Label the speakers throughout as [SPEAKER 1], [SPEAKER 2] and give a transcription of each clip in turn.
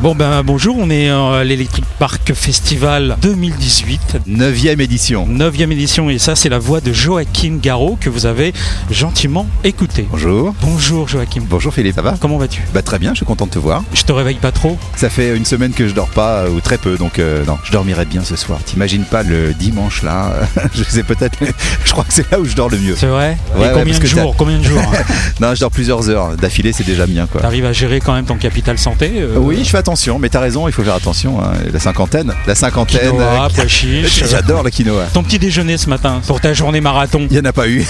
[SPEAKER 1] Bon ben bonjour, on est à l'Electric Park Festival 2018,
[SPEAKER 2] 9e édition.
[SPEAKER 1] 9e édition et ça c'est la voix de Joachim Garraud que vous avez gentiment écouté.
[SPEAKER 2] Bonjour.
[SPEAKER 1] Bonjour Joachim, Ah,
[SPEAKER 2] Bonjour Philippe, ça va
[SPEAKER 1] comment vas-tu
[SPEAKER 2] Bah très bien, je suis content de te voir.
[SPEAKER 1] Je te réveille pas trop
[SPEAKER 2] Ça fait une semaine que je dors pas, ou très peu, donc euh, non, je dormirai bien ce soir. T'imagines pas le dimanche là Je sais peut-être, je crois que c'est là où je dors le mieux.
[SPEAKER 1] C'est vrai
[SPEAKER 2] Ouais, ouais,
[SPEAKER 1] Et combien
[SPEAKER 2] parce
[SPEAKER 1] de
[SPEAKER 2] que
[SPEAKER 1] jours Combien de jours hein
[SPEAKER 2] Non, je dors plusieurs heures d'affilée, c'est déjà bien quoi.
[SPEAKER 1] T'arrives à gérer quand même ton capital santé euh,
[SPEAKER 2] Oui, je fais attention, mais t'as raison, il faut faire attention. hein. La cinquantaine, la cinquantaine.
[SPEAKER 1] Quinoa,
[SPEAKER 2] euh,
[SPEAKER 1] pois chiche. euh,
[SPEAKER 2] J'adore le quinoa.
[SPEAKER 1] Ton petit déjeuner ce matin pour ta journée marathon,
[SPEAKER 2] Il y en a pas eu.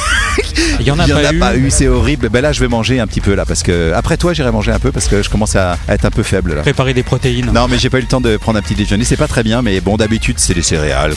[SPEAKER 1] il y en a,
[SPEAKER 2] Il y en
[SPEAKER 1] pas,
[SPEAKER 2] a
[SPEAKER 1] eu.
[SPEAKER 2] pas eu, c'est horrible. Ben là, je vais manger un petit peu là, parce que après toi, j'irai manger un peu parce que je commence à à être un peu faible là.
[SPEAKER 1] Préparer des protéines.
[SPEAKER 2] Non, mais j'ai pas eu le temps de prendre un petit déjeuner. C'est pas très bien, mais bon, d'habitude, c'est les céréales.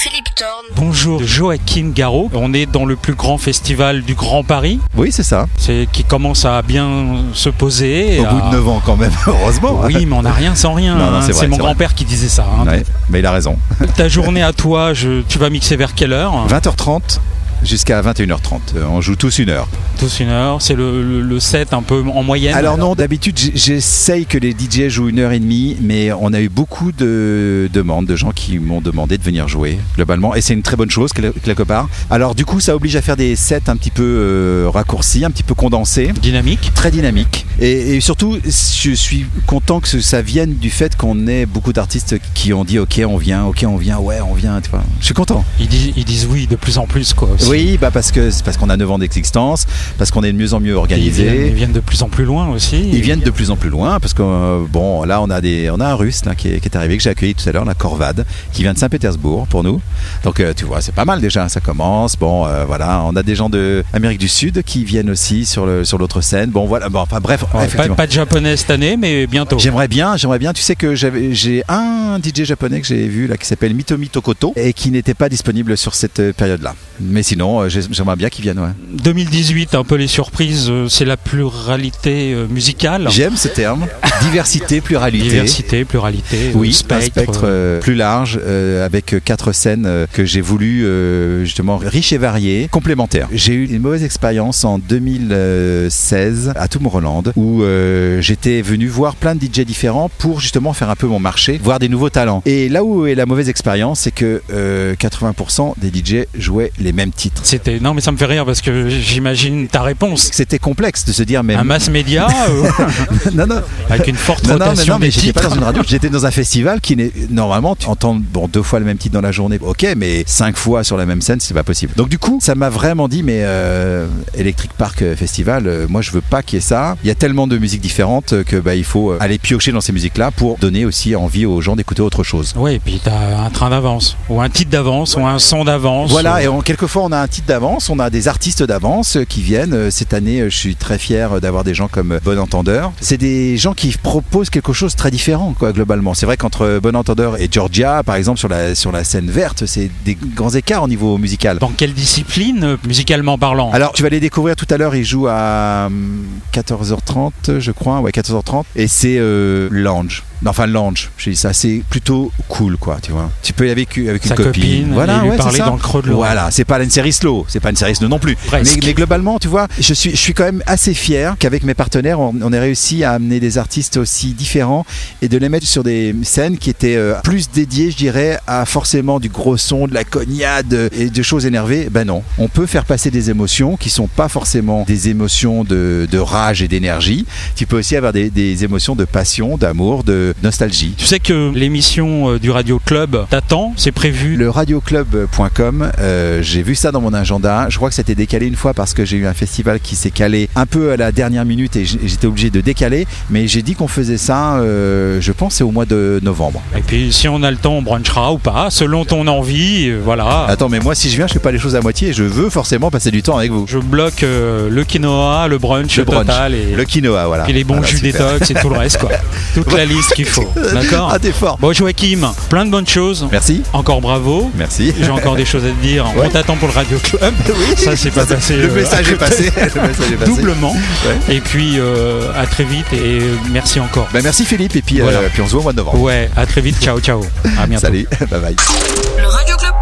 [SPEAKER 3] Philippe Thorne.
[SPEAKER 1] Bonjour Joachim Garraud, on est dans le plus grand festival du Grand Paris,
[SPEAKER 2] Oui, c'est ça.
[SPEAKER 1] c'est qui commence à bien se poser.
[SPEAKER 2] Au
[SPEAKER 1] et
[SPEAKER 2] bout
[SPEAKER 1] à-
[SPEAKER 2] de 9 ans, quand même, heureusement.
[SPEAKER 1] Oui, mais on n'a rien sans rien.
[SPEAKER 2] Non, non,
[SPEAKER 1] hein.
[SPEAKER 2] c'est vrai,
[SPEAKER 1] C'est mon
[SPEAKER 2] c'est vrai.
[SPEAKER 1] grand-père qui disait ça. hein.
[SPEAKER 2] Ouais, mais il a raison.
[SPEAKER 1] Ta journée à toi, je- tu vas mixer vers quelle heure
[SPEAKER 2] 20h30 jusqu'à 21h30. Euh, On joue tous une heure.
[SPEAKER 1] Tous une heure. C'est le, le- le set un peu en moyenne.
[SPEAKER 2] Alors non, d'habitude j- j'essaye que les DJ jouent une heure et demie, mais on a eu beaucoup de demandes, de gens qui m'ont demandé de venir jouer globalement, et c'est une très bonne chose quel- quelque part. Alors du coup, ça oblige à faire des sets un petit peu euh, raccourcis, un petit peu condensés.
[SPEAKER 1] Dynamique.
[SPEAKER 2] Très dynamique et, et surtout je suis content que ce- ça vienne du fait qu'on ait beaucoup d'artistes qui ont dit ok on vient, ok on vient, ouais on vient, tu vois. Je suis content.
[SPEAKER 1] Ils disent, ils disent oui de plus en plus. Quoi, aussi.
[SPEAKER 2] Oui, bah parce que c'est parce qu'on a 9 ans d'existence, parce qu'on est de mieux en mieux
[SPEAKER 1] Et Ils viennent, ils
[SPEAKER 2] organisé.
[SPEAKER 1] viennent de plus en plus loin aussi.
[SPEAKER 2] Ils viennent de plus en plus loin parce que euh, bon là on a des on a un russe là, qui, est, qui est arrivé que j'ai accueilli tout à l'heure la Corvade qui vient de Saint-Pétersbourg pour nous donc euh, tu vois c'est pas mal déjà ça commence bon euh, voilà on a des gens de Amérique du Sud qui viennent aussi sur le sur l'autre scène bon voilà bon enfin bref
[SPEAKER 1] Ouais, pas,
[SPEAKER 2] effectivement.
[SPEAKER 1] pas de japonais cette année, mais bientôt.
[SPEAKER 2] J'aimerais bien, j'aimerais bien. Tu sais que j'avais- j'ai un DJ japonais que j'ai vu là qui s'appelle Mitomi Tokoto et qui n'était pas disponible sur cette euh, période-là. Mais sinon, euh, j'ai- j'aimerais bien qu'il vienne. ouais.
[SPEAKER 1] 2018, un peu les surprises, euh, c'est la pluralité euh, musicale.
[SPEAKER 2] J'aime ce terme. Diversité, pluralité.
[SPEAKER 1] Diversité, pluralité, euh,
[SPEAKER 2] Oui,
[SPEAKER 1] spectre.
[SPEAKER 2] un spectre euh, plus large euh, avec euh, quatre scènes euh, que j'ai voulu euh, justement riches et variées, complémentaires. J'ai eu une mauvaise expérience en 2016 à Tomorrowland où euh, j'étais venu voir plein de DJ différents pour justement faire un peu mon marché, voir des nouveaux talents. Et là où est la mauvaise expérience, c'est que euh, 80% des DJ jouaient les mêmes titres.
[SPEAKER 1] C'était non mais ça me fait rire parce que j'imagine ta réponse.
[SPEAKER 2] C'était complexe de se dire mais
[SPEAKER 1] Un mass média euh,
[SPEAKER 2] non non
[SPEAKER 1] avec une forte
[SPEAKER 2] Non, non, mais,
[SPEAKER 1] rotation
[SPEAKER 2] non, mais
[SPEAKER 1] des
[SPEAKER 2] j'étais pas
[SPEAKER 1] titres.
[SPEAKER 2] dans une radio, j'étais dans un festival qui n'est. Normalement, tu entends bon, deux fois le même titre dans la journée, ok, mais cinq fois sur la même scène, c'est pas possible. Donc, du coup, ça m'a vraiment dit, mais euh, Electric Park Festival, euh, moi je veux pas qu'il y ait ça. Il y a tellement de musiques différentes euh, que bah, il faut euh, aller piocher dans ces musiques-là pour donner aussi envie aux gens d'écouter autre chose.
[SPEAKER 1] Oui, et puis t'as un train d'avance, ou un titre d'avance, ou un son d'avance.
[SPEAKER 2] Voilà,
[SPEAKER 1] ou-
[SPEAKER 2] et en, quelquefois on a un titre d'avance, on a des artistes d'avance euh, qui viennent. Euh, Cette année, euh, je suis très fier euh, d'avoir des gens comme euh, Bon Entendeur. C'est des gens qui proposent quelque chose de très différent, quoi, globalement. C'est vrai qu'entre euh, Bon Entendeur et Georgia, par exemple, sur la, sur la scène verte, c'est des grands écarts au niveau musical.
[SPEAKER 1] Dans quelle discipline, euh, musicalement parlant
[SPEAKER 2] Alors, tu vas les découvrir tout à l'heure, ils jouent à hum, 14h30, je crois, ouais, 14h30, et c'est euh, lounge. Non, Enfin, lounge, je dis ça, c'est plutôt cool, quoi, tu vois. Tu peux y aller avec, avec une
[SPEAKER 1] Sa copine,
[SPEAKER 2] voilà,
[SPEAKER 1] et lui
[SPEAKER 2] ouais, c'est
[SPEAKER 1] parler
[SPEAKER 2] ça.
[SPEAKER 1] dans le creux de l'oreille.
[SPEAKER 2] Voilà, c'est pas une série slow, c'est pas une série slow non plus. Mais,
[SPEAKER 1] Presque.
[SPEAKER 2] mais globalement, tu vois, je suis, je suis quand même assez fier qu'avec mes partenaires, on, on ait réussi à amener des artistes aussi différents et de les mettre sur des scènes qui étaient euh, plus dédiées, je dirais, à forcément du gros son, de la cognade euh, et de choses énervées. Ben non, on peut faire passer des émotions qui sont pas forcément des émotions de, de rage et d'énergie. Tu peux aussi avoir des, des émotions de passion, d'amour, de nostalgie.
[SPEAKER 1] Tu sais que l'émission euh, du Radio Club t'attend, c'est prévu.
[SPEAKER 2] Le radioclub.com, euh, j'ai vu ça dans mon agenda. Je crois que c'était décalé une fois parce que j'ai eu un festival qui s'est calé un peu à la dernière minute et j- j'étais obligé de décaler. Mais j'ai dit qu'on faisait ça, euh, je pense, c'est au mois de novembre.
[SPEAKER 1] Et puis si on a le temps, on brunchera ou pas, selon ton envie, euh, voilà.
[SPEAKER 2] Attends, mais moi, si je viens, je fais pas les choses à moitié et je veux forcément passer du temps avec vous.
[SPEAKER 1] Je bloque euh, le quinoa, le brunch,
[SPEAKER 2] Le brunch,
[SPEAKER 1] total et,
[SPEAKER 2] Le quinoa, voilà.
[SPEAKER 1] et les bons
[SPEAKER 2] Voilà,
[SPEAKER 1] jus
[SPEAKER 2] super.
[SPEAKER 1] détox et tout le reste quoi. Toute la liste qu'il faut. D'accord
[SPEAKER 2] Ah, t'es fort.
[SPEAKER 1] Bon Joachim, plein de bonnes choses.
[SPEAKER 2] Merci.
[SPEAKER 1] Encore bravo.
[SPEAKER 2] Merci.
[SPEAKER 1] J'ai encore des choses à te dire.
[SPEAKER 2] Ouais.
[SPEAKER 1] On t'attend pour le Radio Club. Hum. Ça, c'est pas passé.
[SPEAKER 2] Le
[SPEAKER 1] euh,
[SPEAKER 2] message est passé. Le message est passé.
[SPEAKER 1] Doublement. Et puis, euh, à très vite et euh, merci encore.
[SPEAKER 2] Ben, merci Philippe et puis, euh,
[SPEAKER 1] Voilà.
[SPEAKER 2] puis on se voit au mois de novembre.
[SPEAKER 1] Ouais, à très vite. Ciao, ciao. À bientôt.
[SPEAKER 2] Salut, bye bye.
[SPEAKER 3] Le Radio Club